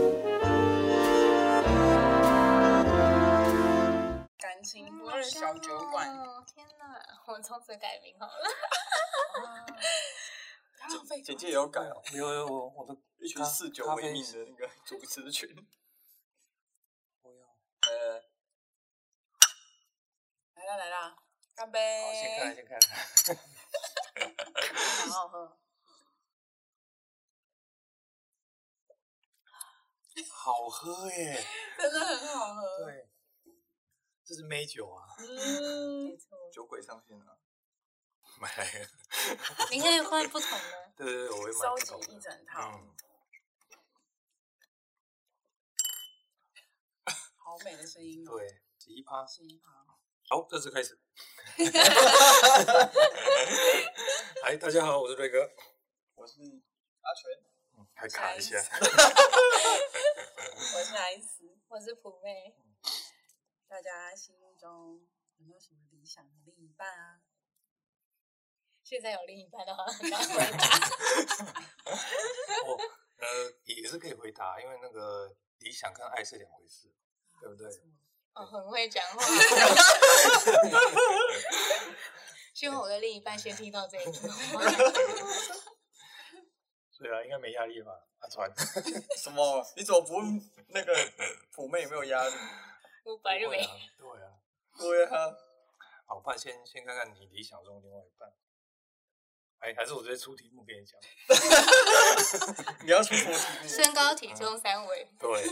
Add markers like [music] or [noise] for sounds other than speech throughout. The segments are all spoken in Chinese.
嗯啊哦们从此改名好了。啊他浪费简介也要改哦，有有我我的一群咖嗜酒咖为啡命是的那个主持群。我要 [laughs] 呃，来啦来啦，干杯！好先看先看，好好喝。好喝耶！真的很好喝。对，这是美酒啊，嗯，错，酒鬼上线了，买来的。你可以换不同的。对对对，我会买收不同集一的。整套，嗯，好美的声音哦。，对，十一趴。是一旁。好，正式开始。 [laughs] 哎，大家好，我是瑞哥。我是阿全。嗯还卡一下， [laughs] 我是莱斯，我是普妹，大家心目中有没有什么理想的另一半啊？现在有另一半的话，很难回答。哦，呃，也是可以回答，因为那个理想跟爱是两回事，对不对？哦，很会讲话。希望我的另一半先听到这一句话。对啊，应该没压力吧？阿川， [laughs] 什么？你怎么不问那个普妹有没有压力？我本来就不会没啊，对啊。对啊，好，不然先先看看你理想中的另外一半。哎，还是我直接出题目给你讲。你要出什么题目？身高体重三围，对，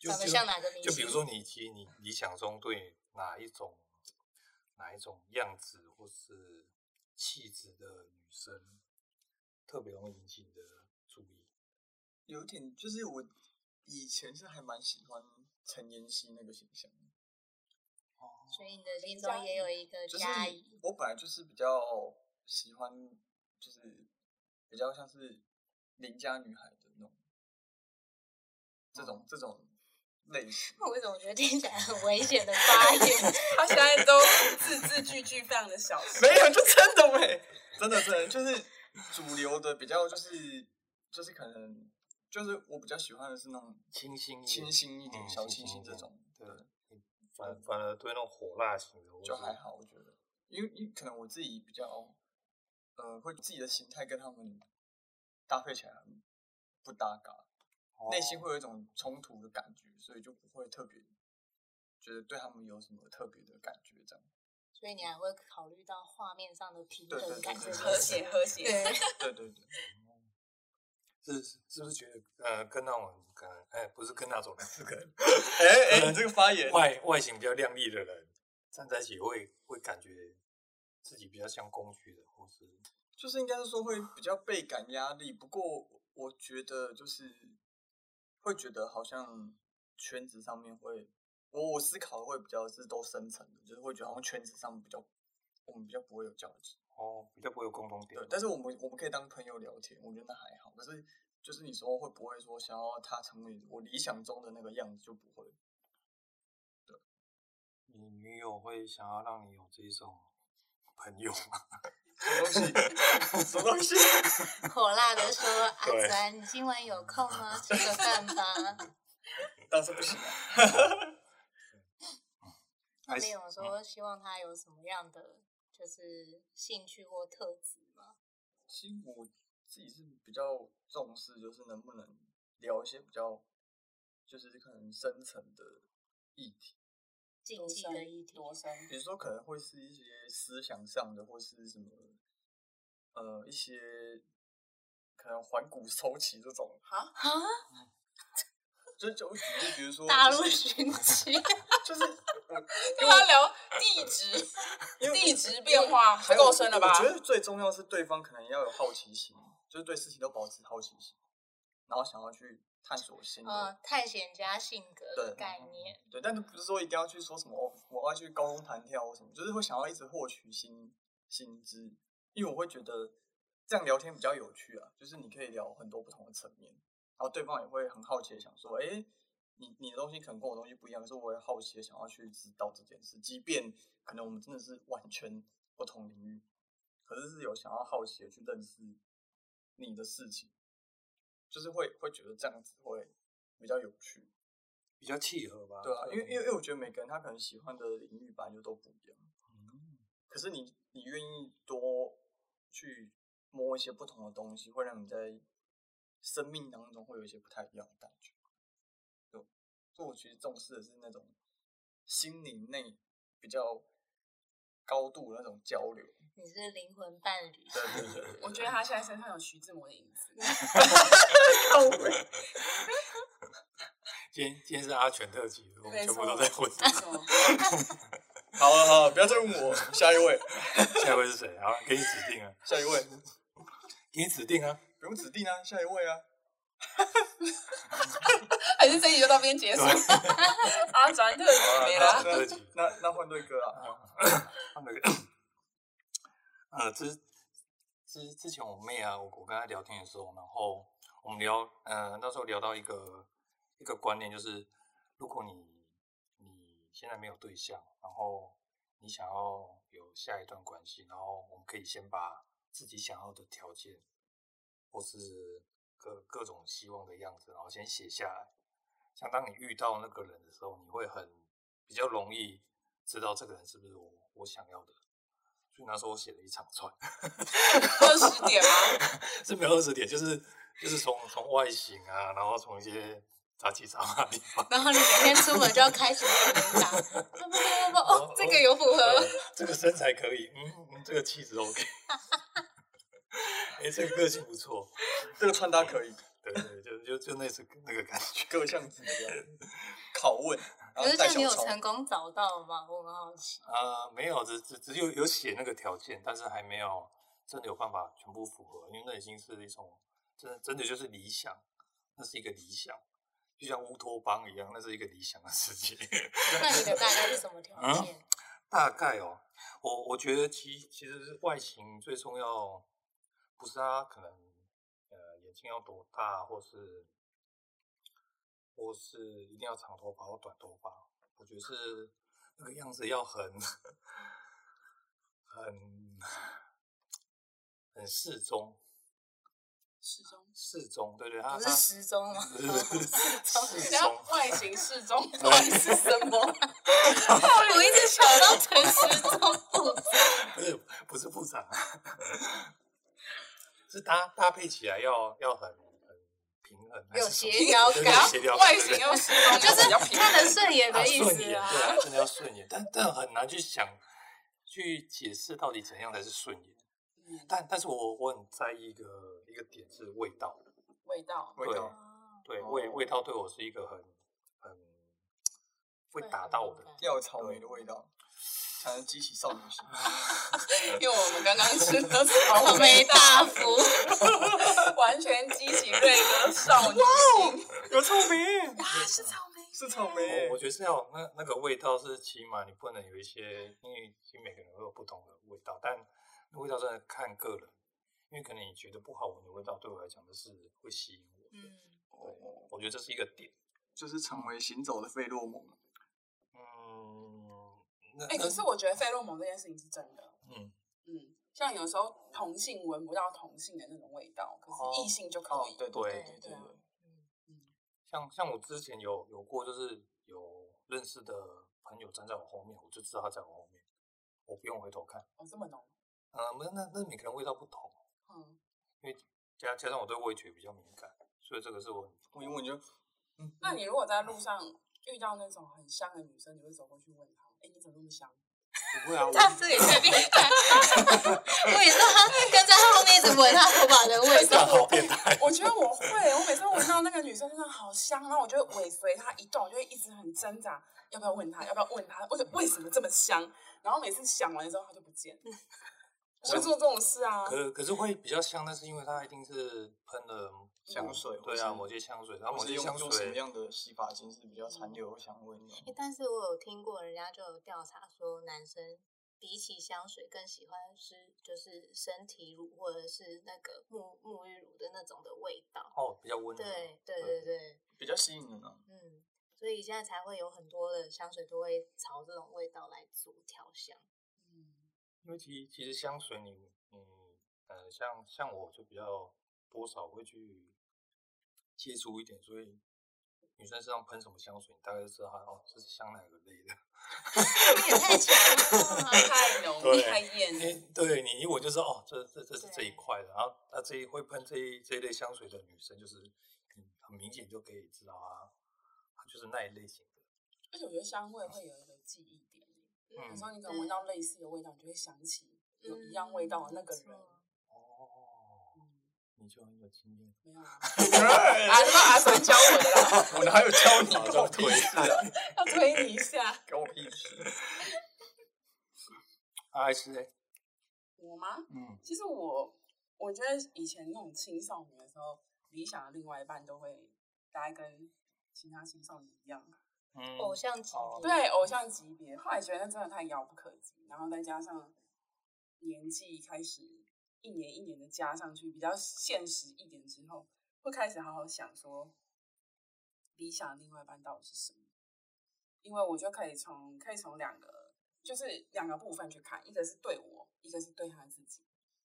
就长得就像哪个明星？就比如说你，其实你理想中对哪一种哪一种样子或是气质的女生特别容易引起你的注意？ [laughs] 有点就是我以前是还蛮喜欢陈妍希那个形象的，所以你的心中也有一个就是佳怡，我本来就是比较喜欢，就是比较像是邻家女孩的那种，这种、这种类型。我怎么觉得听起来很危险的发言？ [laughs] 他现在都字字句句非常的小心。没有，就真的没，真的真的就是主流的比较就是就是可能就是我比较喜欢的是那种清新一清点新一点、嗯小清清新新一这点种，对对，反反而对那种火辣型的，或就还是好，我觉得，因为因为可能我自己比较呃会自己的形态跟他们搭配起来很不搭嘎，内心哦会有一种冲突的感觉，所以就不会特别觉得对他们有什么特别的感觉这样。所以你还会考虑到画面上的平对等对感这对件事，对和谐和对谐，，对对 [laughs] 对，是是不是觉得呃跟那种可能哎不是跟那种人，是跟哎哎，你这个发言外外形比较靓丽的人站在一起会会感觉自己比较像工具人，或是就是应该是说会比较倍感压力，不过我觉得就是会觉得好像圈子上面会，我我思考会比较是都深层的，就是会觉得好像圈子上比较我们比较不会有交集，哦比较不会有共同点对，。但是我们我们可以当朋友聊天，我觉得那还好。可是就是你说会不会说想要他成为我理想中的那个样子就不会，你女友会想要让你有这种朋友吗？什么东西 [laughs] 什么东西，火辣的说：“阿对专，你今晚有空 [laughs] 吗？吃个饭吧。 [laughs] 当然是不行 [laughs] 啊。”那嗯还没是有嗯说希望他有什么样的就是兴趣或特质吗？其实我自己是比较重视，就是能不能聊一些比较，就是可能深层的议题，禁忌的议题，多生比如说可能会是一些思想上的，或是什么，呃，一些可能环古收集这种，哈，啊，就就举例，比如说大陆就是寻奇， [laughs] 就是我跟他聊地质，因为地质变化还有够深了吧我？觉得最重要是对方可能要有好奇心，就是对事情都保持好奇心，然后想要去探索新的。嗯呃，探险家性格的对概念，哦对，但是不是说一定要去说什么哦，我要去高空弹跳或什么，就是会想要一直获取新新知，因为我会觉得这样聊天比较有趣啊，就是你可以聊很多不同的层面，然后对方也会很好奇的想说，哎，你你的东西可能跟我的东西不一样，可是我也好奇的想要去知道这件事，即便可能我们真的是完全不同领域，可是是有想要好奇的去认识你的事情，就是会会觉得这样子会比较有趣。比较契合吧？啊嗯对啊，因为因为因为我觉得每个人他可能喜欢的领域本来就都不一样。可可是你你愿意多去摸一些不同的东西，会让你在生命当中会有一些不太一样的感觉。对，所以我其实重视的是那种心灵内比较高度的那种交流。你是灵魂伴侣，对对对对我觉得他现在身上有徐志摩的影子。 [laughs] 今天今天是阿全特辑，我们全部都在混。没错 [laughs] 好了好了，不要再问我，下一位，下一位是谁？好，给你指定啊，下一位，给你指定啊。不用指定啊，下一位啊。还是这集就到这边结束。阿转特辑没啊了。那对不起那那换对歌啊， [clears throat] 那个，呃，之之之前我妹啊，我我跟她聊天的时候，然后我们聊，呃，那时候聊到一个一个观念，就是如果你你现在没有对象，然后你想要有下一段关系，然后我们可以先把自己想要的条件，或是各各种希望的样子，然后先写下来。像当你遇到那个人的时候，你会很比较容易知道这个人是不是我我想要的。所以那时候我写了一长串， [laughs] 二十点吗？是没有二十点，就是就是从从外形啊，然后从一些杂七杂八的地 [laughs] 方，然后你每天出门就要开始练铃打，不不不不不，哦，这个有符合，对这个身材可以，嗯，嗯这个气质 OK，哎、这个个性不错，这个穿搭可以，对对，就就就那是那个感觉。各项指标，拷问，然可后是这带样你小有抄。成功找到吗？我很好 [laughs] 奇。 [laughs] 呃，没有，只只只有有写那个条件，但是还没有真的有办法全部符合，因为那已经是一种真的真的就是理想，那是一个理想，就像乌托邦一样，那是一个理想的世界。那你的大概是什么啊条件？大概哦，我我觉得其其实是外形最重要，不是他可能呃眼睛要多大，或是或是一定要长头发或短头发，我觉得是那个样子要很很很适中，始终。适中，对对，他不是他时钟 [laughs] 吗？不是不 [laughs] 是适适等下中，外形适中到底是什么？我一直想到陈时中部长，不是 [laughs] 不是部长，是搭搭配起来要要很很平衡，还是有什么协调对感对协调感外形要适中，就是比较平看得顺眼对对的啊意顺思眼，啊。对啊，真的要 [laughs] 顺眼，但但很难去想去解释到底怎样才是顺眼。衡。但但是我我很在意一个一个点是味道，味道味道对哦味味道对我是一个很很会会打很到敏我的感点要有草莓的味道，才能激起少女心。因为我们刚刚吃了草草莓莓大大福福，，完全激起瑞哥少女心。 [laughs] 有草莓，啊哇，是草莓，是草莓我我。觉得是要那那个味道是起码你不能有一些，因为其实每个人会有不同的味道，但那味道真的看个人，因为可能你觉得不好闻的味道对我来讲就是会吸引我的，嗯，哦我觉得这是一个点。就是成为行走的费洛蒙，嗯，那哎、可是我觉得费洛蒙这件事情是真的。嗯，嗯，像有时候同性闻不到同性的那种味道，可哦是异性就可以。对对对对嗯对啊对，像像我之前有有过，就是有认识的朋友站在我后面，我就知道他在我后面，我不用回头看。哦，这么浓。嗯、那那那每个人味道不同，嗯，因为加加上我对味觉比较敏感，所以这个是我很我一闻就，嗯，那你如果在路上遇到那种很香的女生，你会走过去问她：“哎、你怎么那么香。不会啊，我他这也太变态。 [laughs] 我也是，他跟在他后面一直闻啊他头发 [laughs] 的味这样好道。变态？”我觉得我会，我每次闻到那个女生身上好香，然后我就会尾随她一段，我就会一直很挣扎，要不要问她，要不要问她，或者为什么这么香？然后每次想完之后，她就不见 [laughs] 了。我会做这种事啊。可可是会比较香，但是因为它一定是喷了某香水对啊，某些香水，然后我某是些用香用什么水，样的洗发精是比较残留的香味呢？欸但是我有听过人家就有调查说，男生比起香水更喜欢是就是身体乳或者是那个沐沐浴乳的那种的味道。哦，比较温柔，对对对对，比较吸引人啊。嗯，所以现在才会有很多的香水都会朝这种味道来做调香。 [laughs] 嗯因为其其实香水你你呃，像像我就比较多少会去接触一点，所以女生身上喷什么香水，你大概就知道她哦，这是香哪个 [laughs] 类的。你也太强了啊吧，太浓对太你艳，对你，因为我就知道哦，这这这是这一对块的，然后那这一会喷这一这一类香水的女生，就是嗯很明显就可以知道啊，她就是那一类型的。而且我觉得香味会有一个记忆点，有嗯嗯时候你可能闻到类似的味道，你就会想起有嗯一样味道的那个人。哦，嗯你就很有经验。 [laughs] 没有啊，啊，是阿三教我的啦，我哪有教你？马关上我推屁事啊！要推你一下。关我屁事！啊，还是嘞，我吗？嗯，其实我我觉得以前那种青少年的时候，理想的另外一半都会大概跟其他青少年一样，嗯偶像级哦别，对偶像级别。后来觉得那真的太遥不可及，然后再加上年纪开始一年一年的加上去，比较现实一点之后，会开始好好想说理想的另外一半到底是什么。因为我就可以从可以从两个就是两个部分去看，一个是对我，一个是对他自己。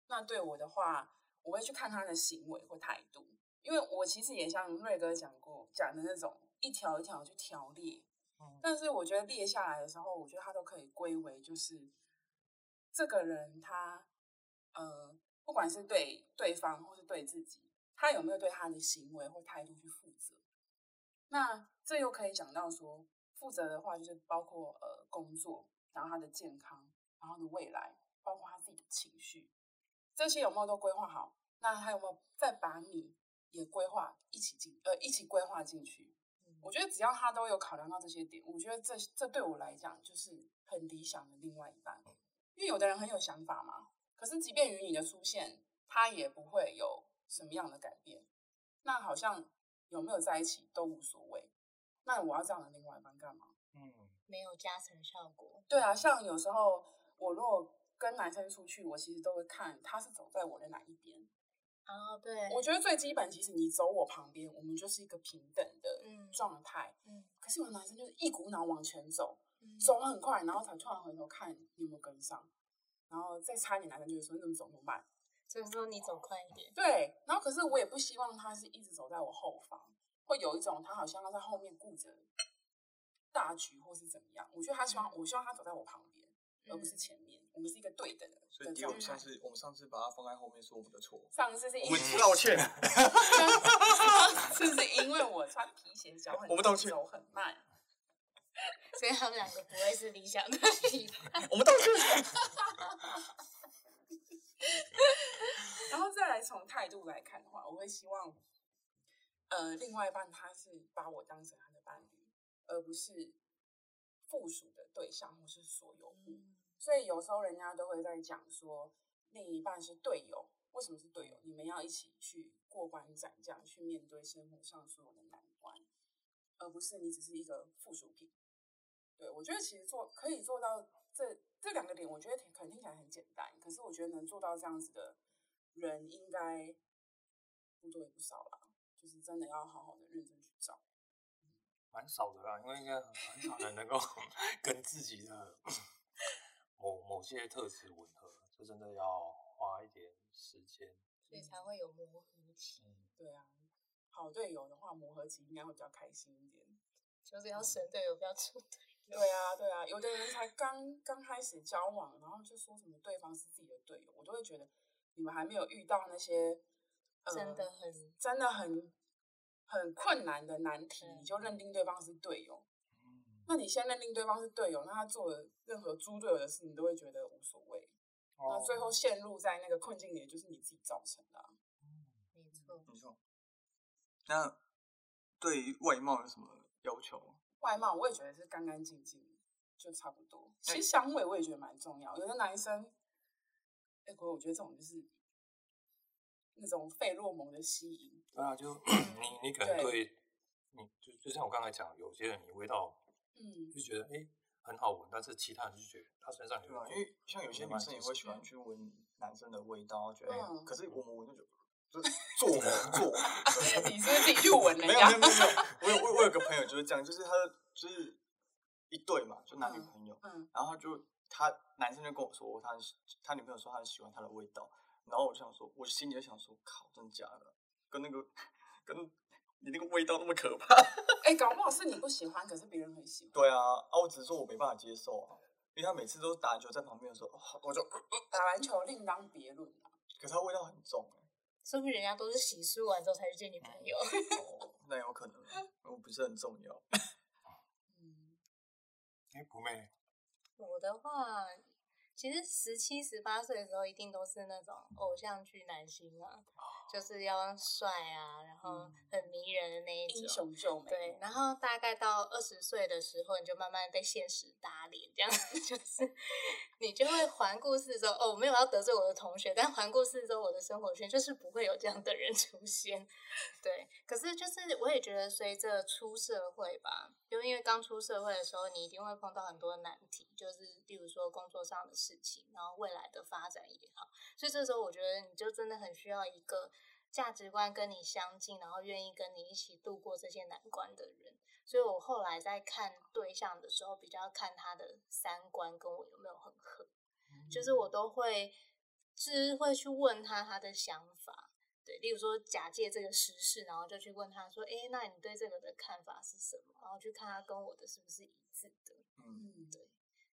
那对我的话，我会去看他的行为或态度，因为我其实也像瑞哥讲过讲的那种一条一条去条列，嗯但是我觉得列下来的时候，我觉得他都可以归为就是这个人他呃，不管是对对方或是对自己，他有没有对他的行为或态度去负责。那这又可以讲到说，负责的话就是包括呃工作，然后他的健康，然后他的未来，包括他自己的情绪，这些有没有都规划好？那还有没有再把你也规划一起进呃一起规划进去？我觉得只要他都有考量到这些点，我觉得这这对我来讲就是很理想的另外一嗯半。因为有的人很有想法嘛，可是即便于你的出现，他也不会有什么样的改变。那好像有没有在一起都无所谓。那我要这样的另外一半干嘛？嗯没有加成效果，对啊，像有时候我如果跟男生出去，我其实都会看他是走在我的哪一边。哦，对，我觉得最基本，其实你走我旁边，我们就是一个平等的嗯状态。嗯可是有的男生就是一股脑往前走，嗯走很快，然后才突然回头看你有没有跟上，然后再差一点男生就会说你怎么走那么慢？所以说你走快一点，对，然后可是我也不希望他是一直走在我后方，会有一种他好像要在后面顾着大局或是怎么样。我觉得他希嗯望，我希望他走在我旁边，而不是前面。我们是一个对等的所以，的第我状们态上。次我们上次把它放在后面是我们的错，嗯上次是 [laughs] 我因为们，道歉。上次是因为我穿皮鞋脚很我不道歉走很慢。所以他们两个不会是理想的匹 [laughs] 配。我们道歉。然后再来从态度来看的话，我会希望，呃，另外一半他是把我当成他的伴侣，而不是附属的对象或是所有物。所以有时候人家都会在讲说，另一半是队友，为什么是队友？你们要一起去过关斩将，去面对生活上所有的难关，而不是你只是一个附属品。对我觉得其实做可以做到这这两个点，我觉得挺可能听起来很简单，可是我觉得能做到这样子的人应该不多也不少啦，就是真的要好好的认真去找。蛮少的啦，因为应该很少人能够 [laughs] 跟自己的某某些特质吻合，这真的要花一点时间。所以才会有磨合期，对啊，好队友的话，磨合期应该会比较开心一点。就是要神队友，不要出队友。对啊，对啊，有的人才刚刚开始交往，然后就说什么对方是自己的队友，我都会觉得你们还没有遇到那些、呃、真的很真的很很困难的难题，你就认定对方是队友。嗯那你先认定对方是队友，那他做的任何猪队友的事，你都会觉得无所谓。那最后陷入在那个困境里，就是你自己造成的啊、没错。没错。那对于外貌有什么要求？外貌我也觉得是干干净净，就差不多。其实香味我也觉得蛮重要，有的男生，哎、可我觉得这种就是那种费洛蒙的吸引，对啊， [clears throat] 就嗯你你可能对对，你就就像我刚才讲，有些人你味道嗯，就觉得诶很好闻，但是其他人就觉得他身上有对啊，一因股为像有些女生也会喜欢去闻男生的味道，觉得、哎嗯可是我们闻就就是做我做 [laughs] 我，哎你是不是自己去闻人没有没家有？没有， [laughs] 没有我有我我有个朋友就是这样，就是他的就是一对嘛，就男女朋友，嗯，然后他就他男生就跟我说，他很喜他女朋友说他很喜欢他的味道，然后我就想说，我心里就想说，靠，真的假的？跟那个跟你那个味道那么可怕。 [laughs] 哎、搞不好是你不喜欢，可是别人很喜欢。对啊，啊，我只是说我没办法接受啊，因为他每次都打球在旁边的时候，啊我就，呃打篮球另当别论啊。可是他味道很重、欸说不定人家都是洗漱完之后才去见女嗯朋友。 [laughs] 哦，那有可能，我不是很重要。嗯，哎，不妹，我的话，其实十七、十八岁的时候，一定都是那种偶像剧男星啊，就是要帅啊，然后很迷人的那一嗯种。英雄救美。啊对，然后大概到二十岁的时候，你就慢慢被现实打脸，这样 [laughs] 就是你就会环顾四周。哦，我没有要得罪我的同学，但环顾四周我的生活圈，就是不会有这样的人出现。对，可是就是我也觉得，随着出社会吧，就因为刚出社会的时候，你一定会碰到很多难题，就是例如说工作上的事情，然后未来的发展也好，所以这时候我觉得你就真的很需要一个价值观跟你相近，然后愿意跟你一起度过这些难关的人。所以我后来在看对象的时候，比较看他的三观跟我有没有很合，就是我都会就是会去问他他的想法。对，例如说假借这个时事，然后就去问他说：“诶，那你对这个的看法是什么？”然后去看他跟我的是不是一致的。嗯，嗯，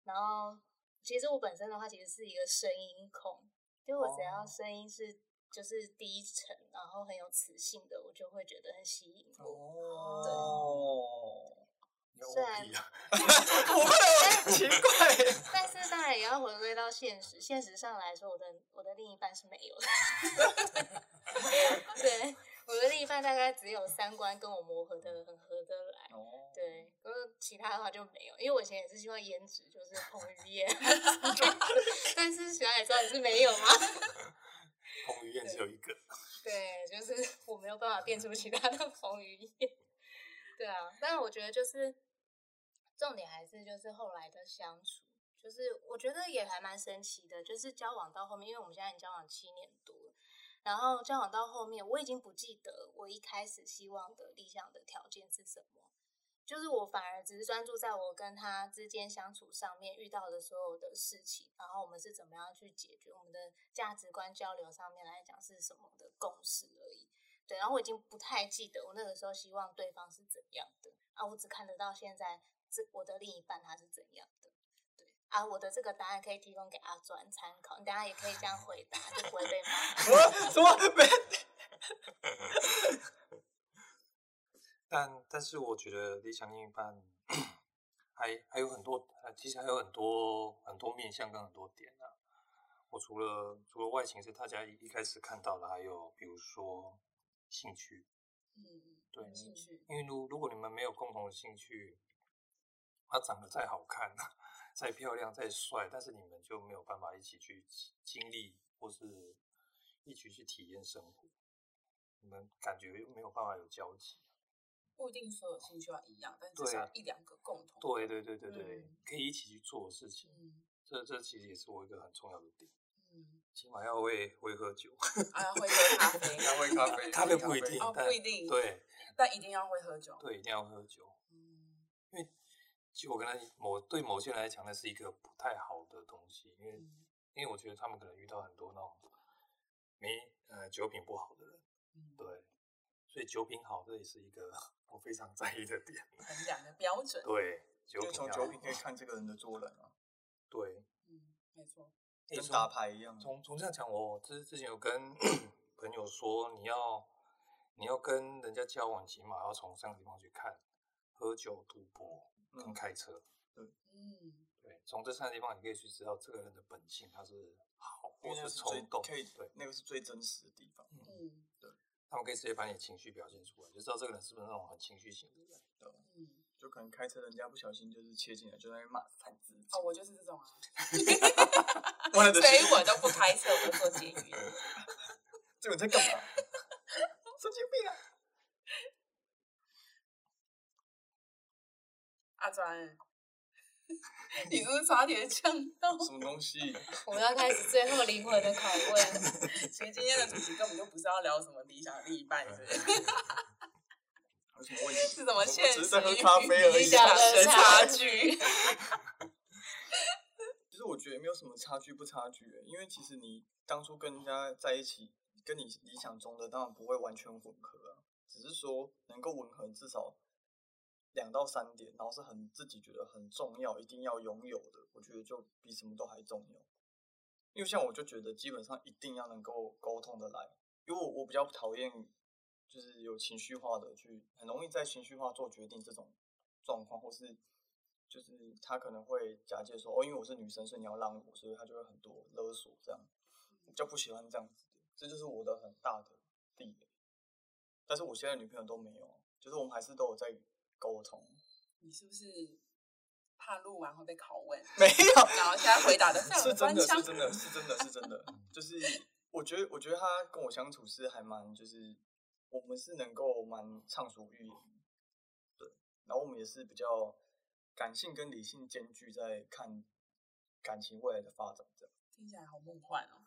然后其实我本身的话，其实是一个声音控，就我只要声音是就是低沉，然后很有磁性的，我就会觉得很吸引我。哦，你有虽然 OP [laughs] 啊？奇怪，但是当然也要回归到现实，现实上来说，我的我的另一半是没有的。 [laughs] 对，我的另一半大概只有三观跟我磨合的很合得来。哦，对，然后其他的话就没有，因为我以前也是希望颜值就是彭于晏， [laughs] 但是小海知道你是没有吗？彭于晏只有一个，对，就是 [laughs] 我没有办法变出其他的彭于晏。对啊，但我觉得就是重点还是就是后来的相处，就是我觉得也还蛮神奇的，就是交往到后面，因为我们现在已经交往七年多了，然后交往到后面，我已经不记得我一开始希望的理想的条件是什么。就是我反而只是专注在我跟他之间相处上面遇到的所有的事情，然后我们是怎么样去解决我们的价值观交流上面来讲是什么的共识而已。对，然后我已经不太记得我那个时候希望对方是怎样的啊，我只看得到现在这我的另一半他是怎样的。对啊，我的这个答案可以提供给阿专参考，你等下也可以这样回答，就不会被骂。什么没？但但是我觉得理想另一半还还有很多，呃其实还有很多很多面向跟很多点啊。我除了除了外形是大家一一开始看到的，还有比如说兴趣，嗯，对，兴趣。因为如如果你们没有共同的兴趣，他长得再好看、再漂亮、再帅，但是你们就没有办法一起去经历，或是一起去体验生活，你们感觉又没有办法有交集。不一定所有兴趣要一样，但至对少一两个共同。对对对对对，嗯可以一起去做的事情，嗯这这其实也是我一个很重要的点。嗯，起码要会会喝酒，啊，会喝咖 [laughs] 啡，他会咖啡，咖啡不一定，哦但不一定对但一定要会喝酒。对，一定要喝酒。嗯，因为其实我跟他某对某些人来讲，那是一个不太好的东西，因为、嗯因为我觉得他们可能遇到很多那种没呃酒品不好的人，嗯对，所以酒品好这也是一个 [laughs] 我非常在意的点，衡量的标准。对，酒因为品从要酒品可 [laughs] 以看这个人的做人啊，对，嗯，没错。诶跟哎从打牌一样。从从这样讲，我之之前有跟 [coughs] 朋友说，你要你要跟人家交往，起码要从三个地方去看：喝酒、赌博跟嗯开车。嗯，对，从这三个地方你可以去知道这个人的本性，他是好因为或那是是最冲动，可以对，，那个是最真实的地方。嗯他们可以直接把你的情绪表现出来，就知道这个人是不是那种很情绪型的 [laughs] 人。嗯，就可能开车人家不小心就是切进来，就在那边骂三字经 [laughs] 哦，我就是这种啊，我的所天以我都不开车，我都坐 [laughs] 监狱。这个人在干嘛？神经病啊！ [laughs] 阿专，你是不是差点呛 [laughs] 到？什么东西？我们要开始最后灵魂的拷问。 [laughs] 其实今天的主题根本就不是要聊什么理想另一哎半， [laughs] 是不是有什么问题？ [laughs] 是什么现我只实是在喝咖啡而与理已想啊。的的差差距。其实我觉得没有什么差距不差距欸，因为其实你当初跟人家在一起，跟你理想中的当然不会完全吻合啊，只是说能够吻合至少两到三点，然后是很自己觉得很重要，一定要拥有的，我觉得就比什么都还重要。因为像我就觉得基本上一定要能够沟通的来，因为我我比较讨厌就是有情绪化的去，很容易在情绪化做决定这种状况，或是就是他可能会假借说哦，因为我是女生，所以你要让我，所以他就会很多勒索这样，我比较不喜欢这样子的，这就是我的很大的地雷。但是我现在女朋友都没有，就是我们还是都有在沟通， [laughs] 你是不是怕录完会被拷问？ [laughs] 没有，然后现在回答的非常是真官的，腔是真的，是真的，是真 [laughs] 的，就是我觉得，我觉得他跟我相处是还蛮，就是我们是能够蛮畅所欲言的，对，然后我们也是比较感性跟理性兼具在看感情未来的发展，这样。听起来好梦幻哦，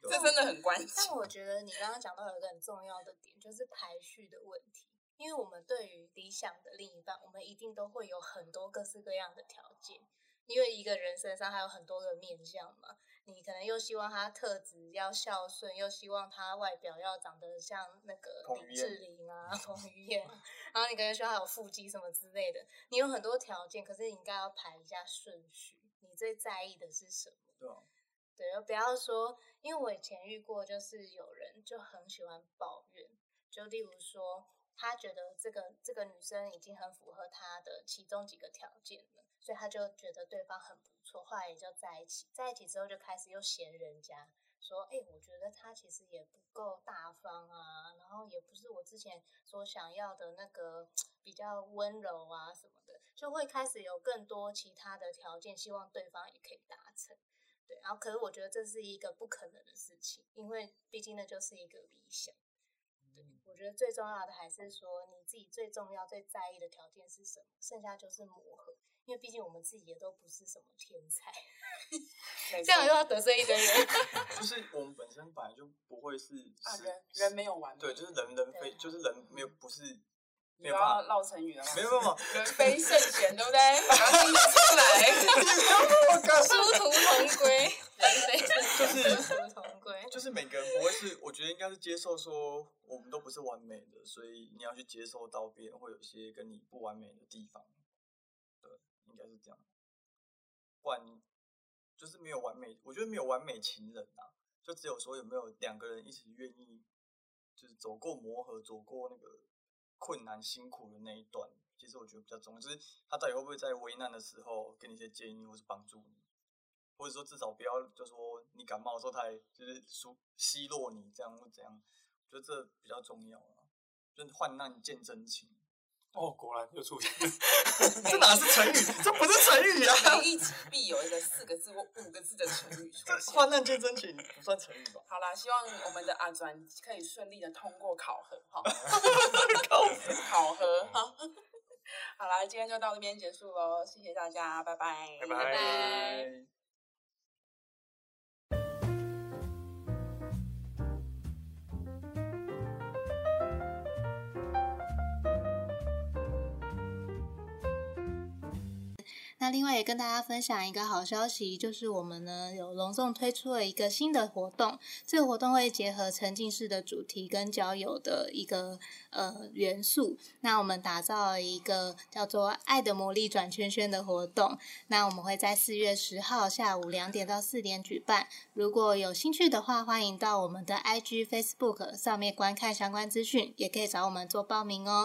对啊这真的很关系。但我觉得你刚刚讲到有一个很重要的点，就是排序的问题。因为我们对于理想的另一半，我们一定都会有很多各式各样的条件，因为一个人身上还有很多个面相嘛。你可能又希望他特质要孝顺，又希望他外表要长得像那个彭于林晏志玲啊、 [laughs] 彭于晏啊，然后你可能希望他有腹肌什么之类的。你有很多条件，可是你应该要排一下顺序，你最在意的是什么？对啊，对，而不要说，因为我以前遇过，就是有人就很喜欢抱怨，就例如说，他觉得这个这个女生已经很符合他的其中几个条件了，所以他就觉得对方很不错，后来也就在一起，在一起之后就开始又嫌人家。说，哎、我觉得他其实也不够大方啊，然后也不是我之前所想要的那个比较温柔啊什么的，就会开始有更多其他的条件，希望对方也可以达成。对，然后可是我觉得这是一个不可能的事情，因为毕竟那就是一个理想。对，我觉得最重要的还是说你自己最重要、最在意的条件是什么，剩下就是磨合。因为毕竟我们自己也都不是什么天才，没这样错又要得罪一堆人。就是我们本身本来就不会是啊，是人人没有完美，对，就是人人非对，啊就是人没有不是你不没有要办法，绕成语了，没有办法，人非圣贤，对不对？ [laughs] 把它听出来，殊途同归，人非殊途同归。就是每个人不会是，我觉得应该是接受说我们都不是完美的，所以你要去接受到别人会有一些跟你不完美的地方，对，应该是这样，不然就是没有完美，我觉得没有完美情人啊，就只有说有没有两个人一起愿意，就是走过磨合，走过那个困难辛苦的那一段，其实我觉得比较重要，就是他到底会不会在危难的时候给你一些建议或是帮助你，或者说至少不要就说你感冒的时候他还就是疏奚落你这样或怎样，我觉得这比较重要啊，就是患难见真情， [laughs] 哦，果然又出现。这哪是成语？这不是成语啊！ [laughs] 每一集必有一个四个字或五个字的成语出这现。患难见真情不算成语吧？好啦，希望我们的阿专可以顺利的通过考核，哈，考核，哈。 [laughs] 好啦，今天就到这边结束喽，谢谢大家，拜拜，拜拜拜拜。那另外也跟大家分享一个好消息，就是我们呢有隆重推出了一个新的活动，这个活动会结合沉浸式的主题跟交友的一个呃元素。那我们打造了一个叫做“爱的魔力转圈圈”的活动，那我们会在四月十号下午两点到四点举办。如果有兴趣的话，欢迎到我们的 IG、Facebook 上面观看相关资讯，也可以找我们做报名哦。